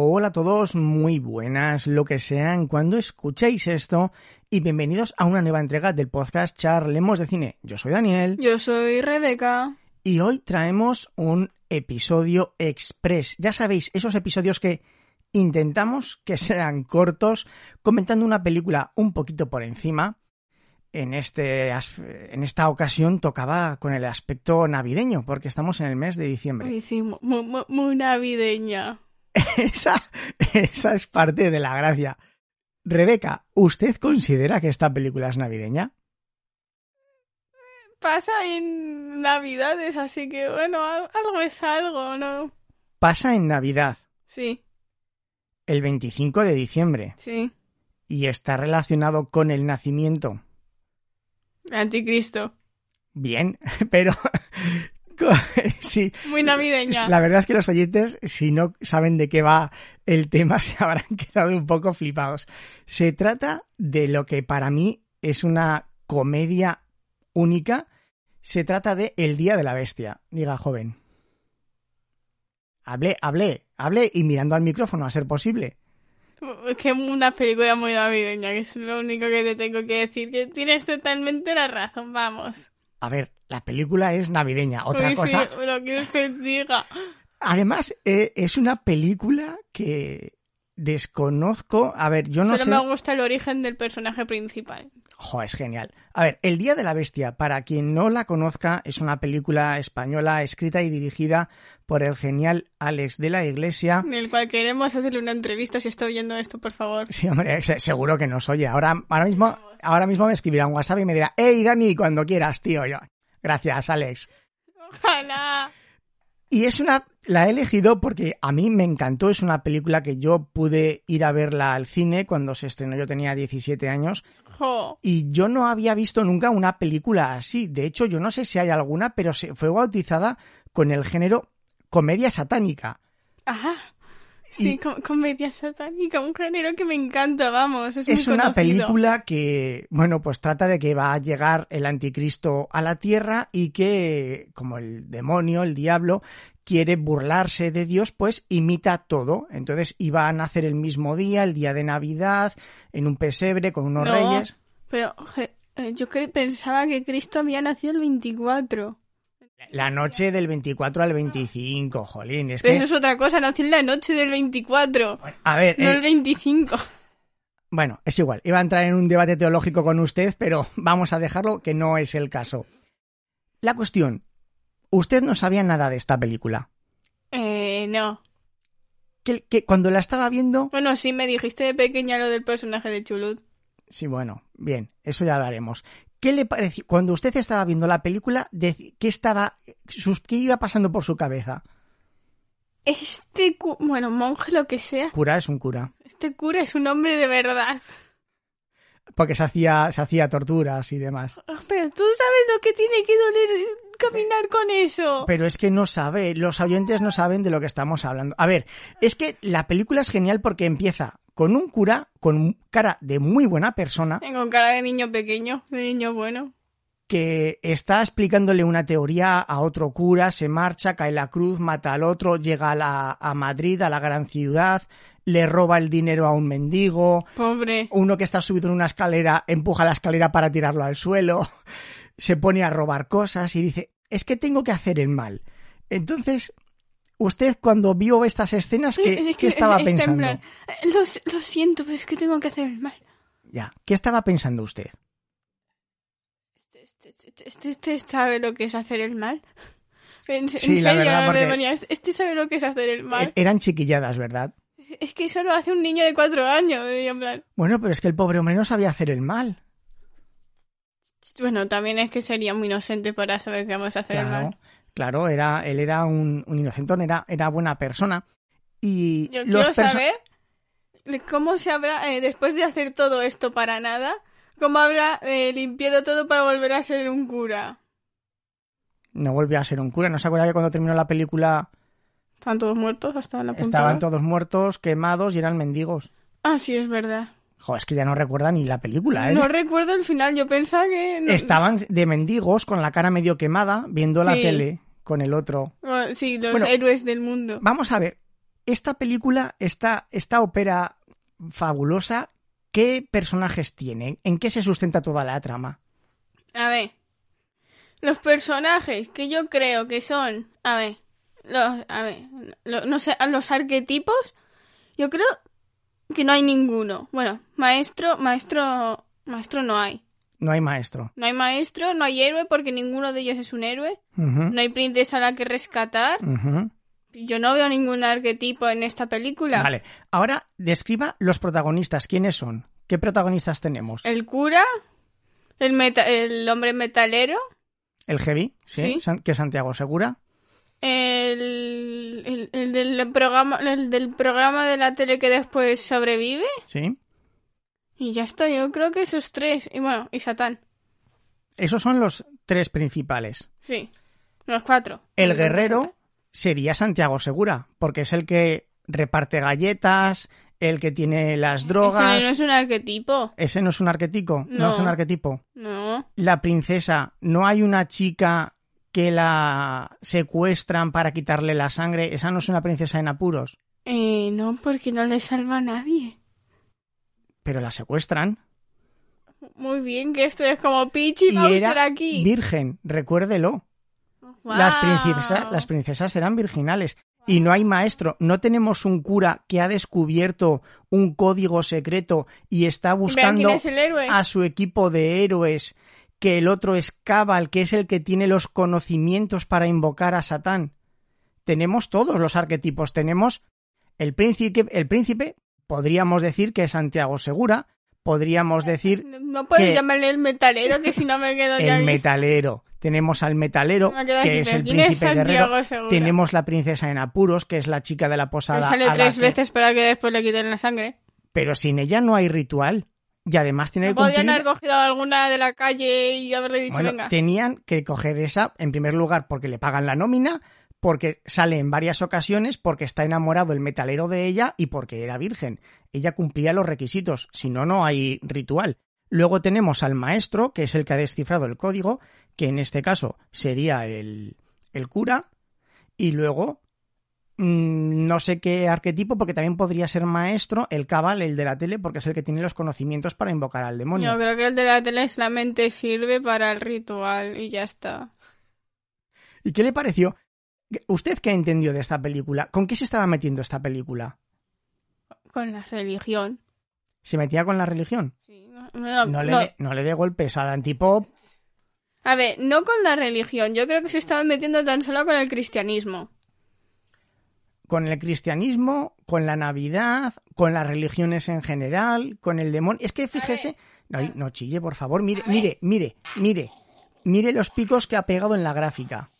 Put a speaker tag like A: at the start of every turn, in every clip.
A: Hola a todos, muy buenas, lo que sean, cuando escuchéis esto y bienvenidos a una nueva entrega del podcast Charlemos de Cine. Yo soy Daniel
B: Yo soy Rebeca.
A: y hoy traemos un episodio express. Ya sabéis, esos episodios que intentamos que sean cortos, comentando una película un poquito por encima. En, este, as- en esta ocasión tocaba con el aspecto navideño, porque estamos en el mes de diciembre.
B: Uy, sí, mu- mu- mu- muy navideña.
A: Esa, esa es parte de la gracia. Rebeca, ¿usted considera que esta película es navideña?
B: Pasa en Navidades, así que bueno, al- algo es algo, ¿no?
A: Pasa en Navidad,
B: Sí,
A: el 25 de diciembre,
B: sí.
A: y está relacionado con el nacimiento.
B: Anticristo.
A: Bien, pero co- sí,
B: Muy navideña.
A: la verdad es que los oyentes, si no saben de qué va el tema, se habrán quedado un poco flipados. Se trata de lo que para mí es una comedia única. Se trata de El Día de la Bestia, diga joven. Hablé, hablé, hablé y mirando al micrófono a ser posible.
B: Es que es una película muy navideña, que es lo único que te tengo que decir. Que tienes totalmente la razón, vamos.
A: A ver, la película es navideña. Otra
B: Uy,
A: cosa,
B: sí, lo que usted diga.
A: Además, eh, es una película que desconozco. A ver, yo no
B: Solo
A: sé.
B: me gusta el origen del personaje principal.
A: Jo, es genial. A ver, El Día de la Bestia, para quien no la conozca, es una película española escrita y dirigida por el genial Alex de la Iglesia.
B: Del cual queremos hacerle una entrevista si está oyendo esto, por favor.
A: Sí, hombre, se- seguro que nos oye. Ahora, ahora, mismo, ahora mismo me escribirá un WhatsApp y me dirá, hey Dani, cuando quieras, tío. Yo, Gracias, Alex.
B: Ojalá.
A: Y es una. La he elegido porque a mí me encantó. Es una película que yo pude ir a verla al cine cuando se estrenó. Yo tenía 17 años.
B: Jo.
A: Y yo no había visto nunca una película así. De hecho, yo no sé si hay alguna, pero se fue bautizada con el género comedia satánica.
B: Ajá.
A: Y-
B: Sí, com- comedia satánica, un género que me encanta, vamos. Es,
A: Es
B: muy
A: una
B: conocido.
A: película que, bueno, pues trata de que va a llegar el anticristo a la tierra y que, como el demonio, el diablo, quiere burlarse de Dios, pues imita todo. Entonces iba a nacer el mismo día, el día de Navidad, en un pesebre con unos
B: No.
A: reyes.
B: Pero je- eh, yo cre- pensaba que Cristo había nacido el 24.
A: La noche del 24 al 25, jolín, es
B: Pero
A: que...
B: eso es otra cosa, nació en la noche del 24,
A: A ver,
B: no
A: eh,
B: el 25.
A: Bueno, es igual, iba a entrar en un debate teológico con usted, pero vamos a dejarlo que no es el caso. La cuestión, usted no sabía nada de esta película.
B: Eh, no.
A: Que, que cuando la estaba viendo...
B: Bueno, sí, me dijiste de pequeña lo del personaje de Chulut.
A: Sí, bueno, bien, eso ya hablaremos. ¿Qué le pareció? Cuando usted estaba viendo la película, de- ¿qué estaba... sus- ¿Qué iba pasando por su cabeza?
B: Este cu- bueno, monje lo que sea,
A: Cura es un cura.
B: este cura es un hombre de verdad.
A: Porque se hacía, se hacía torturas y demás.
B: Ah, Pero tú sabes lo que tiene que doler eh, caminar con eso.
A: Pero es que no sabe, los oyentes no saben de lo que estamos hablando. A ver, es que la película es genial porque empieza con un cura con cara de muy buena persona
B: Tengo cara de niño pequeño, de niño bueno.
A: que está explicándole una teoría a otro cura, se marcha, cae la cruz, mata al otro, llega a, la- a Madrid, a la gran ciudad, le roba el dinero a un mendigo,
B: Pobre.
A: uno que está subido en una escalera empuja la escalera para tirarlo al suelo, se pone a robar cosas y dice, es que tengo que hacer el mal. Entonces, usted cuando vio estas escenas,
B: Es
A: Eh, ¿qué,
B: que
A: qué estaba
B: está en
A: pensando?
B: plan, "Eh, lo, s- lo siento, pero es que tengo que hacer el mal.
A: Ya, ¿qué estaba pensando usted? E
B: Este, este- este- este- este sabe lo que es hacer el mal. En, en
A: Sí, la
B: serio,
A: verdad, porque-
B: demonio, este- este sabe lo que es hacer el mal.
A: E- Eran chiquilladas, ¿verdad?
B: Es que eso lo hace un niño de cuatro años. y en plan,
A: Bueno, pero es que el pobre hombre no sabía hacer el mal.
B: bueno, también es que sería muy inocente para saber que vamos a hacer el
A: Claro,
B: mal.
A: claro, era, él era un, un inocentón, era, era buena persona. Y
B: Yo
A: los
B: quiero
A: perso-
B: saber cómo se habrá, eh, después de hacer todo esto para nada, cómo habrá eh, limpiado todo para volver a ser un cura.
A: No volvió a ser un cura. ¿No se acuerda que cuando terminó la película
B: Están todos muertos hasta la punta.
A: estaban
B: ¿no?
A: todos muertos, quemados y eran mendigos?
B: Ah, sí, es verdad.
A: Joder, es que ya no recuerda ni la película, ¿eh?
B: No recuerdo el final, yo pensaba que... no-
A: Estaban de mendigos con la cara medio quemada viendo la
B: Sí.
A: tele con el otro.
B: Bueno, sí, los
A: Bueno.
B: héroes del mundo.
A: Vamos a ver, esta película, esta, esta ópera fabulosa, ¿qué personajes tiene? ¿En qué se sustenta toda la trama?
B: A ver. Los personajes que yo creo que son, a ver, los, a ver, lo- no sé, a los arquetipos, yo creo que no hay ninguno. Bueno, maestro, maestro, maestro no hay.
A: No hay maestro.
B: No hay maestro, no hay héroe porque ninguno de ellos es un héroe.
A: Ujú,
B: No hay princesa a la que rescatar.
A: ujú.
B: Yo no veo ningún arquetipo en esta película.
A: Vale, ahora describa los protagonistas. ¿Quiénes son? ¿Qué protagonistas tenemos?
B: El cura, el, meta- el hombre metalero,
A: El Heavy, ¿sí?
B: Sí.
A: San- que es Santiago Segura.
B: el, el, el del programa, el del programa de la tele que después sobrevive.
A: Sí.
B: Y ya está, yo creo que esos tres. Y bueno, y Satán.
A: Esos son los tres principales.
B: Sí, los cuatro.
A: El
B: Yo creo que
A: guerrero
B: Satán.
A: sería Santiago Segura, porque es el que reparte galletas, el que tiene las drogas.
B: Ese no es un arquetipo.
A: Ese no es un arquetipo, no,
B: No.
A: es un arquetipo.
B: No.
A: La princesa, no hay una chica que la secuestran para quitarle la sangre. Esa no es una princesa en apuros,
B: Eh, no, porque no le salva a nadie.
A: pero la secuestran.
B: Muy bien, que esto es como Pichi,
A: Y
B: vamos a
A: era
B: estar aquí.
A: Virgen, recuérdelo.
B: Guau.
A: Las, princesas, las princesas eran virginales. Y no hay maestro, no tenemos un cura que ha descubierto un código secreto y está
B: Vean quién
A: buscando
B: es el héroe.
A: a su equipo de héroes, que el otro es Cabal, que es el que tiene los conocimientos para invocar a Satán. Tenemos todos los arquetipos, tenemos el príncipe, el príncipe, podríamos decir que es Santiago Segura, podríamos decir
B: No puedes
A: que-
B: llamarle el metalero, que si no me quedo ya.
A: el metalero, tenemos al metalero,
B: Me quedo aquí,
A: que es
B: pero
A: el
B: ¿quién es
A: príncipe guerrero,
B: Santiago Segura?
A: tenemos la princesa en apuros, que es la chica de la
B: Que
A: posada, a
B: sale
A: la
B: tres
A: que-
B: veces para que después le quiten la sangre.
A: pero sin ella no hay ritual. Y además tiene que
B: ¿No podrían
A: cumplir-
B: haber cogido a alguna de la calle y haberle dicho,
A: Bueno,
B: venga.
A: tenían que coger esa, en primer lugar, porque le pagan la nómina, porque sale en varias ocasiones, porque está enamorado el metalero de ella y porque era virgen. Ella cumplía los requisitos, si no, no hay ritual. Luego tenemos al maestro, que es el que ha descifrado el código, que en este caso sería el, el cura, y luego mm, no sé qué arquetipo, porque también podría ser maestro, el cabal, el de la tele, porque es el que tiene los conocimientos para invocar al demonio.
B: Yo creo que el de la tele solamente sirve para el ritual y ya está.
A: ¿Y qué le pareció? ¿Usted qué entendió de esta película? ¿Con qué se estaba metiendo esta película?
B: Con la religión.
A: ¿Se metía con la religión?
B: Sí, no- no-
A: No le,
B: no.
A: dé- no le dé golpes al antipop.
B: A ver, no con la religión. Yo creo que se estaban metiendo tan solo con el cristianismo.
A: Con el cristianismo, con la Navidad, con las religiones en general, con el demonio. Es que fíjese. No, no chille, por favor. Mire, mire, mire, mire. Mire los picos que ha pegado en la gráfica.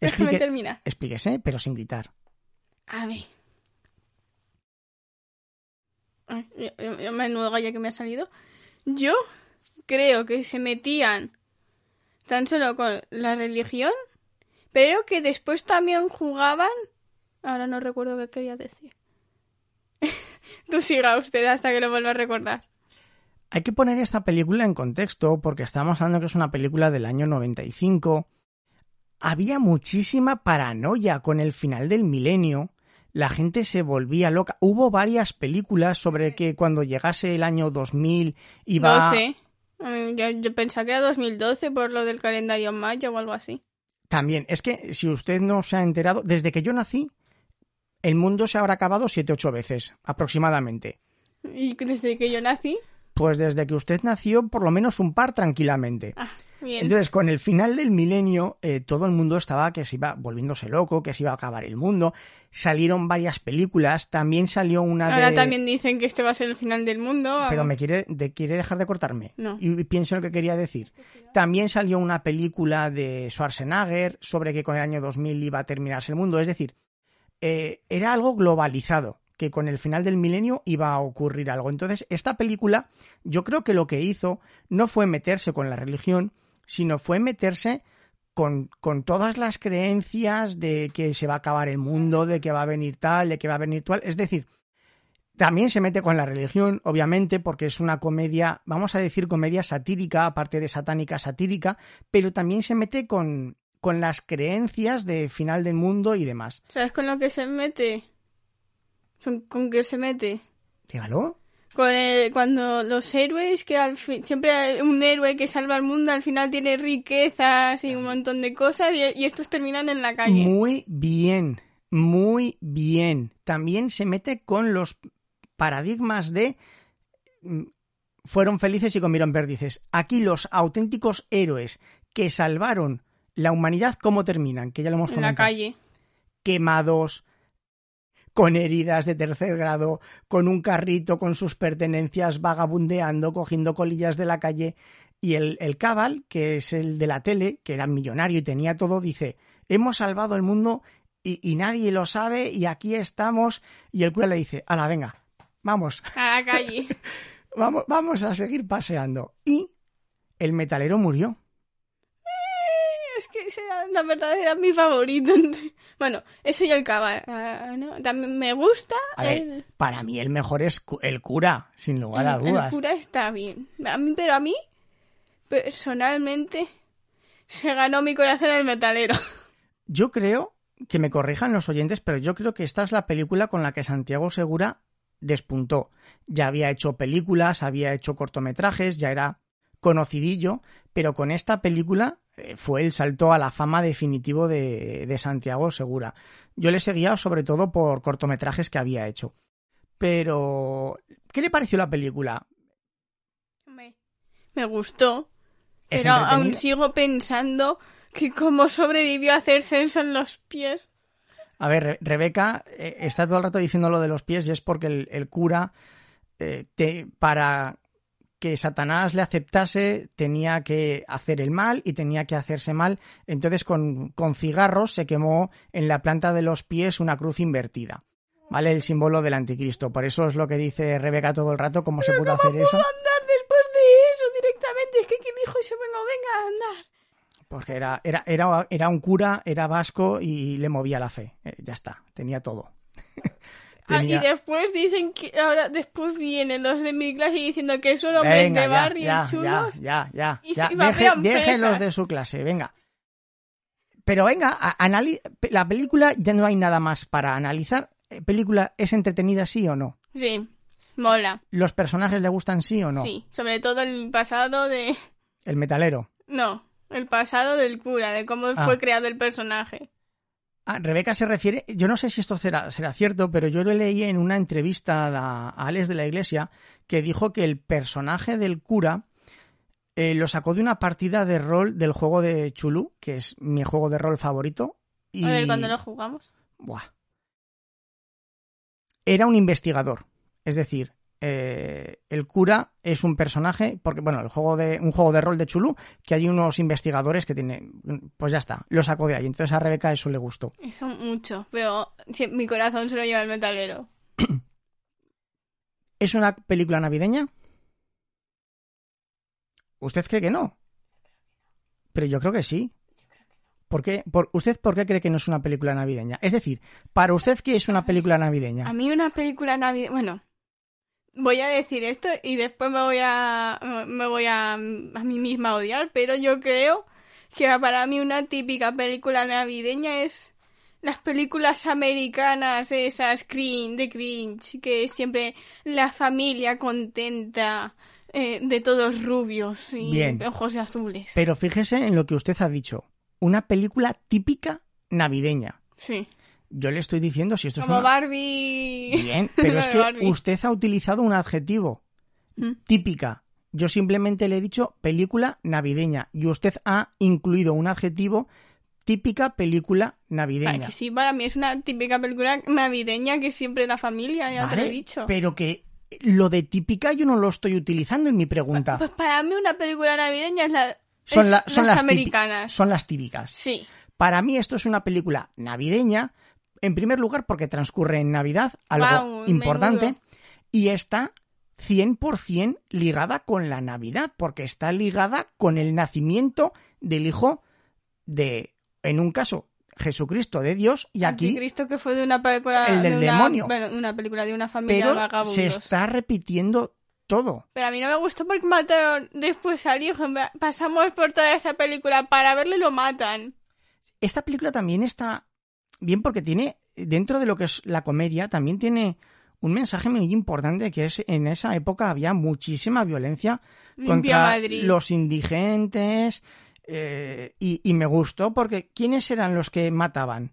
B: Déjame
A: Explique-
B: terminar.
A: explíquese, pero sin gritar.
B: A ver. Ay, yo- yo- yo me nuevo ya que me ha salido. Yo creo que se metían tan solo con la religión, pero que después también jugaban. Ahora no recuerdo qué quería decir. Tú siga usted hasta que lo vuelva a recordar.
A: Hay que poner esta película en contexto porque estamos hablando que es una película del año 95. Había muchísima paranoia con el final del milenio. La gente se volvía loca. Hubo varias películas sobre que cuando llegase el año 2000 iba...
B: 12. Mm, Yo, yo pensaba que era 2012 por lo del calendario mayo o algo así.
A: También, es que si usted no se ha enterado, desde que yo nací, el mundo se habrá acabado 7-8 veces, aproximadamente.
B: Y desde que yo nací.
A: Pues desde que usted nació, por lo menos un par tranquilamente.
B: Ah, bien.
A: Entonces, con el final del milenio, eh, todo el mundo estaba que se iba volviéndose loco, que se iba a acabar el mundo. Salieron varias películas, también salió una
B: Ahora
A: de...
B: también dicen que este va a ser el final del mundo.
A: Pero
B: vamos.
A: me quiere, de- quiere dejar de cortarme.
B: No.
A: Y pienso en lo que quería decir. También salió una película de Schwarzenegger sobre que con el año 2000 iba a terminarse el mundo. Es decir, eh, era algo globalizado, que con el final del milenio iba a ocurrir algo. Entonces, esta película, yo creo que lo que hizo no fue meterse con la religión, sino fue meterse con, con todas las creencias de que se va a acabar el mundo, de que va a venir tal, de que va a venir tal. Es decir, también se mete con la religión, obviamente, porque es una comedia, vamos a decir comedia satírica, aparte de satánica, satírica, pero también se mete con, con las creencias de final del mundo y demás.
B: ¿Sabes con lo que se mete? ¿Con, con qué se mete?
A: Dígalo.
B: Con el- cuando los héroes, que al fin, siempre hay un héroe que salva al mundo al final tiene riquezas y un montón de cosas y, y estos terminan en la calle.
A: Muy bien, muy bien. También se mete con los paradigmas de mm, fueron felices y comieron perdices. Aquí los auténticos héroes que salvaron la humanidad, ¿cómo terminan? Que ya lo hemos
B: en la
A: comentado.
B: calle.
A: quemados, con heridas de tercer grado, con un carrito con sus pertenencias vagabundeando, cogiendo colillas de la calle. Y el, el Cabal, que es el de la tele, que era millonario y tenía todo, dice, hemos salvado el mundo y, y nadie lo sabe y aquí estamos. Y el cura le dice, ala, venga, vamos,
B: A la calle.
A: vamos, vamos a seguir paseando. Y el metalero murió.
B: es que esa, la verdad era mi favorito. Bueno, ese y el cabal. ah, ¿no? También me gusta.
A: A ver,
B: el-
A: para mí el mejor es cu- el cura, sin lugar a
B: El- el
A: dudas.
B: cura está bien. A mí, pero a mí, personalmente, se ganó mi corazón el metalero.
A: Yo creo que me corrijan los oyentes, pero yo creo que esta es la película con la que Santiago Segura despuntó. Ya había hecho películas, había hecho cortometrajes, ya era conocidillo, pero con esta película eh, fue el salto a la fama definitivo de, de Santiago Segura. Yo le seguía sobre todo por cortometrajes que había hecho. Pero, ¿qué le pareció la película?
B: Me, me gustó.
A: ¿Es
B: Pero aún
A: entretenida?
B: sigo pensando que cómo sobrevivió a hacerse eso en los pies.
A: A ver, Re- Rebeca eh, está todo el rato diciendo lo de los pies y es porque el, el cura, eh, te- para que Satanás le aceptase, tenía que hacer el mal y tenía que hacerse mal. Entonces, con, con cigarros se quemó en la planta de los pies una cruz invertida. ¿Vale? El símbolo del anticristo. Por eso es lo que dice Rebeca todo el rato, cómo se pudo hacer eso.
B: Andar después de eso directamente. Es que ¿quién dijo eso? Venga, venga, andar.
A: Porque era, era, era, era un cura, era vasco y le movía la fe. Eh, ya está, tenía todo.
B: Ah,
A: Tenía-
B: y después dicen que ahora después vienen los de mi clase diciendo que son hombres
A: Venga,
B: de
A: ya,
B: barrio
A: ya,
B: chulos.
A: Ya, ya,
B: y
A: ya.
B: se- y
A: ya. Deje-
B: vapean
A: déjenlos
B: pesas.
A: de su clase, venga. Pero venga, a- anali- pe- la película ya no hay nada más para analizar. Eh, ¿Película es entretenida sí o no?
B: Sí, mola.
A: ¿Los personajes le gustan sí o no?
B: Sí, sobre todo el pasado de...
A: El metalero.
B: No, el pasado del cura, de cómo
A: Ah.
B: fue creado el personaje.
A: Ah, Rebeca se refiere, yo no sé si esto será, será cierto, pero yo lo leí en una entrevista a, a Alex de la Iglesia que dijo que el personaje del cura eh, lo sacó de una partida de rol del juego de Chulú, que es mi juego de rol favorito. Y...
B: A ver cuando lo jugamos.
A: Buah. Era un investigador. Es decir, eh, el cura es un personaje, porque, bueno, el juego de, un juego de rol de Chulú, que hay unos investigadores que tienen. Pues ya está, lo sacó de ahí. Entonces a Rebeca eso le gustó.
B: Eso mucho, pero sí, mi corazón se lo lleva el metalero.
A: ¿Es una película navideña? ¿Usted cree que no? Pero yo creo que sí. ¿Por qué? Por, ¿Usted por qué cree que no es una película navideña? Es decir, para usted, ¿qué es una película navideña?
B: A mí una película navideña... Bueno, voy a decir esto y después me voy a... Me voy a, a mí misma odiar, pero yo creo que para mí una típica película navideña es las películas americanas, esas cringe, de cringe, que es siempre la familia contenta eh, de todos rubios y
A: Bien.
B: ojos azules.
A: Pero fíjese en lo que usted ha dicho. Una película típica navideña.
B: sí.
A: Yo le estoy diciendo si esto
B: Como
A: es una...
B: Barbie.
A: Bien, pero es
B: de
A: que
B: Barbie.
A: usted ha utilizado un adjetivo.
B: Mm.
A: Típica. Yo simplemente le he dicho película navideña y usted ha incluido un adjetivo típica película
B: Vale,
A: navideña.
B: que sí, para mí es una típica película navideña que siempre la familia, ya te lo
A: Vale,
B: he dicho.
A: Pero que lo de típica yo no lo estoy utilizando en mi pregunta.
B: Pues para mí una película navideña es la
A: Son,
B: es
A: la- son
B: las
A: las típi-
B: americanas.
A: Son las típicas.
B: Sí,
A: Para mí esto es una película navideña, En primer lugar, porque transcurre en Navidad, algo
B: Guau,
A: importante,
B: menudo.
A: y está 100% ligada con la Navidad, porque está ligada con el nacimiento del Hijo de, en un caso, Jesucristo de Dios, y aquí
B: Cristo que fue de una película
A: el del
B: de una,
A: demonio.
B: Bueno, de una película de una familia de
A: pero
B: vagabundos.
A: se está repitiendo todo.
B: Pero a mí no me gustó porque mataron después al hijo. En plan, Pasamos por toda esa película para verlo y lo matan.
A: Esta película también está bien porque tiene, dentro de lo que es la comedia, también tiene un mensaje muy importante que es en esa época había muchísima violencia
B: Limpia
A: contra
B: Madrid.
A: los indigentes eh, y, y me gustó porque ¿quiénes eran los que mataban?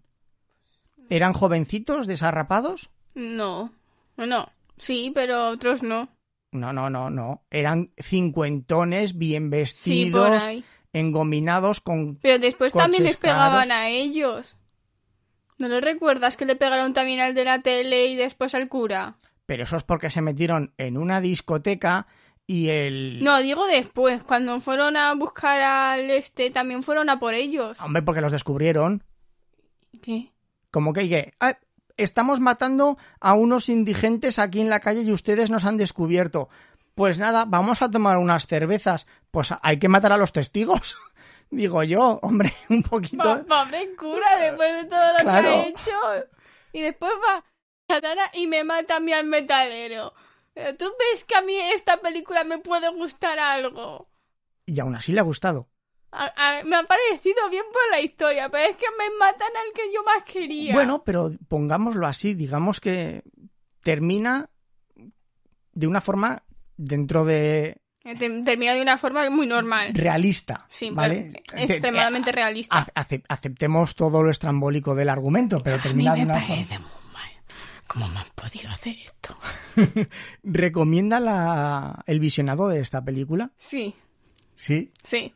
A: ¿Eran jovencitos desarrapados?
B: No. Bueno, sí, pero otros no.
A: No, no, no, no. Eran cincuentones bien
B: Sí, por
A: vestidos,
B: ahí.
A: engominados con...
B: Pero después también
A: coches
B: les pegaban
A: caros.
B: a ellos. ¿No lo recuerdas que le pegaron también al de la tele y después al cura?
A: Pero eso es porque se metieron en una discoteca y el...
B: No, digo después, cuando fueron a buscar al este, también fueron a por ellos.
A: Hombre, porque los descubrieron.
B: ¿Qué?
A: Como que, que, "Ah, estamos matando a unos indigentes aquí en la calle y ustedes nos han descubierto. Pues nada, vamos a tomar unas cervezas. Pues hay que matar a los testigos. Digo yo, hombre, un
B: Pa-
A: poquito.
B: Pobre cura, después de todo lo
A: Claro.
B: que ha hecho. Y después va Satana y me mata a mí al metalero. Pero ¿Tú ves que a mí esta película me puede gustar algo?
A: Y aún así le ha gustado.
B: A- a- me ha parecido bien por la historia, pero es que me matan al que yo más quería.
A: Bueno, pero pongámoslo así, digamos que termina de una forma dentro de
B: Eh, te- Termina de una forma muy normal.
A: realista,
B: Sí,
A: ¿vale?
B: pero extremadamente realista.
A: A- ace- aceptemos todo lo estrambólico del argumento, pero
B: a mí
A: termina de
B: me
A: una forma.
B: parece muy mal. ¿Cómo me han podido hacer esto?
A: ¿Recomienda la- el visionado de esta película?
B: Sí,
A: Sí.
B: sí.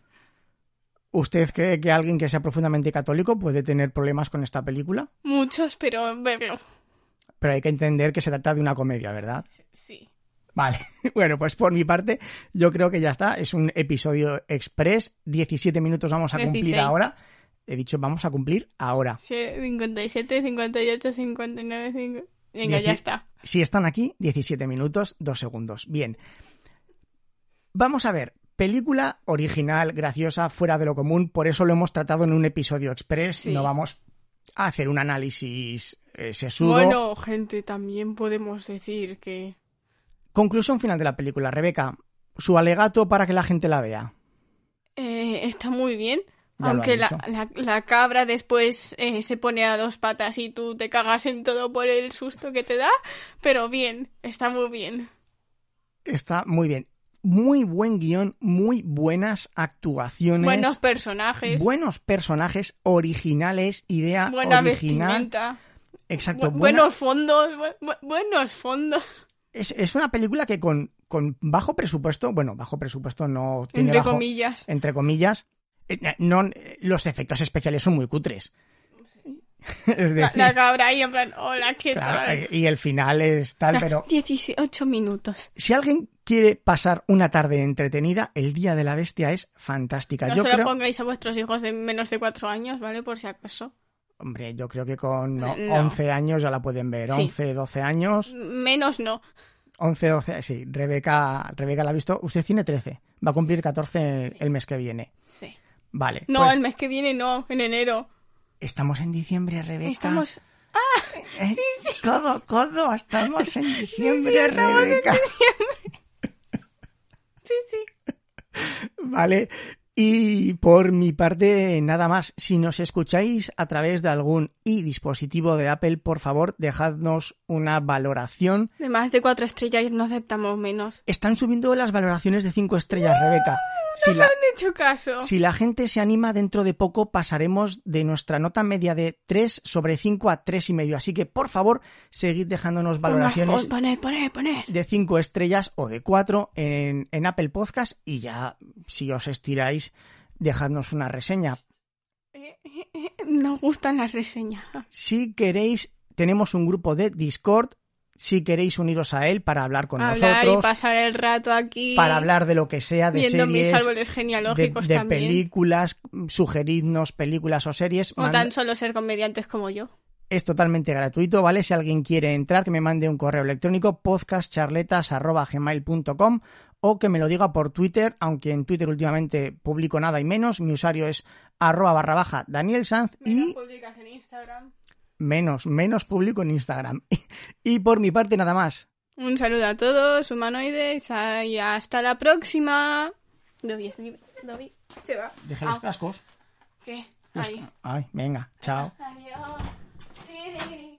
A: ¿Usted cree que alguien que sea profundamente católico puede tener problemas con esta película?
B: Muchos, pero verlo.
A: Pero hay que entender que se trata de una comedia, ¿verdad?
B: Sí.
A: Vale, bueno, pues por mi parte yo creo que ya está. Es un episodio express. 17 minutos vamos a cumplir
B: 16.
A: ahora. He dicho, vamos a cumplir ahora.
B: 57, 58, 59, 5. Venga,
A: Dieci-
B: ya está.
A: Si están aquí, 17 minutos, 2 segundos. Bien. Vamos a ver. Película original, graciosa, fuera de lo común. Por eso lo hemos tratado en un episodio express.
B: Sí.
A: No vamos a hacer un análisis eh, sesudo.
B: Bueno, gente, también podemos decir que.
A: Conclusión final de la película. Rebeca, su alegato para que la gente la vea.
B: Eh, está muy bien.
A: Ya lo
B: Aunque
A: has
B: la,
A: dicho.
B: la- la cabra después eh, se pone a dos patas y tú te cagas en todo por el susto que te da. Pero bien, está muy bien.
A: Está muy bien. Muy buen guión, muy buenas actuaciones.
B: Buenos personajes.
A: buenos personajes originales, idea
B: buena
A: original.
B: vestimenta.
A: Exacto.
B: bu-
A: buena-
B: Buenos fondos. bu- bu- buenos fondos.
A: Es, es una película que con, con bajo presupuesto, bueno, bajo presupuesto no tiene
B: Entre
A: bajo-
B: comillas.
A: entre comillas, eh, no, eh, los efectos especiales son muy cutres. Es
B: La,
A: decir,
B: la cabra ahí en plan, hola, ¿qué
A: claro,
B: tal?
A: eh, y el final es tal, pero
B: 18 minutos.
A: si alguien quiere pasar una tarde entretenida, El Día de la Bestia es fantástica.
B: No
A: yo
B: se lo
A: creo,
B: pongáis a vuestros hijos de menos de 4 años, ¿vale? Por si acaso.
A: hombre, yo creo que con no,
B: No.
A: 11 años ya la pueden ver,
B: Sí.
A: 11, 12 años,
B: Menos no.
A: 11, 12, sí, Rebeca, Rebeca la ha visto, usted tiene 13, va a cumplir 14 el mes que viene.
B: Sí.
A: Vale.
B: No,
A: pues-
B: el mes que viene no, en enero.
A: Estamos en diciembre, Rebeca.
B: Estamos.
A: Eh, Codo, codo, estamos en diciembre, Rebeca.
B: Sí, sí.
A: Vale. Y por mi parte, nada más. Si nos escucháis a través de algún i dispositivo de Apple, por favor, dejadnos una valoración.
B: De más de 4 estrellas no aceptamos menos.
A: Están subiendo las valoraciones de 5 estrellas, Rebeca. Si la,
B: No han hecho caso.
A: si la gente se anima, dentro de poco pasaremos de nuestra nota media de 3 sobre 5 a 3,5. Así que, por favor, seguid dejándonos valoraciones.
B: Poner, poner, poner.
A: de 5 estrellas o de 4 en, en Apple Podcast y ya si os estiráis dejadnos una reseña.
B: Eh, Nos gustan las reseñas.
A: Si queréis, tenemos un grupo de Discord, si queréis uniros a él para hablar con
B: Hablar y
A: nosotros,
B: pasar el rato aquí.
A: para hablar de lo que sea, de
B: Viendo mis
A: series,
B: árboles
A: de,
B: genealógicos
A: de
B: también.
A: películas, sugeridnos películas o series,
B: O
A: mand-
B: tan solo ser comediantes como yo.
A: Es totalmente gratuito, ¿vale? Si alguien quiere entrar, que me mande un correo electrónico podcastcharletas.gmail.com o que me lo diga por Twitter, aunque en Twitter últimamente publico nada y menos. Mi usuario es arroba barra baja Daniel Sanz
B: Menos
A: y
B: publicas en Instagram.
A: menos, menos publico en Instagram. y por mi parte nada más.
B: Un saludo a todos, humanoides, ah, y hasta la próxima. Dobby, es libre. Dobby se va.
A: Deje
B: Ah,
A: los cascos.
B: ¿Qué?
A: Los-
B: Ahí.
A: Ay, venga, chao.
B: Adiós. Sí.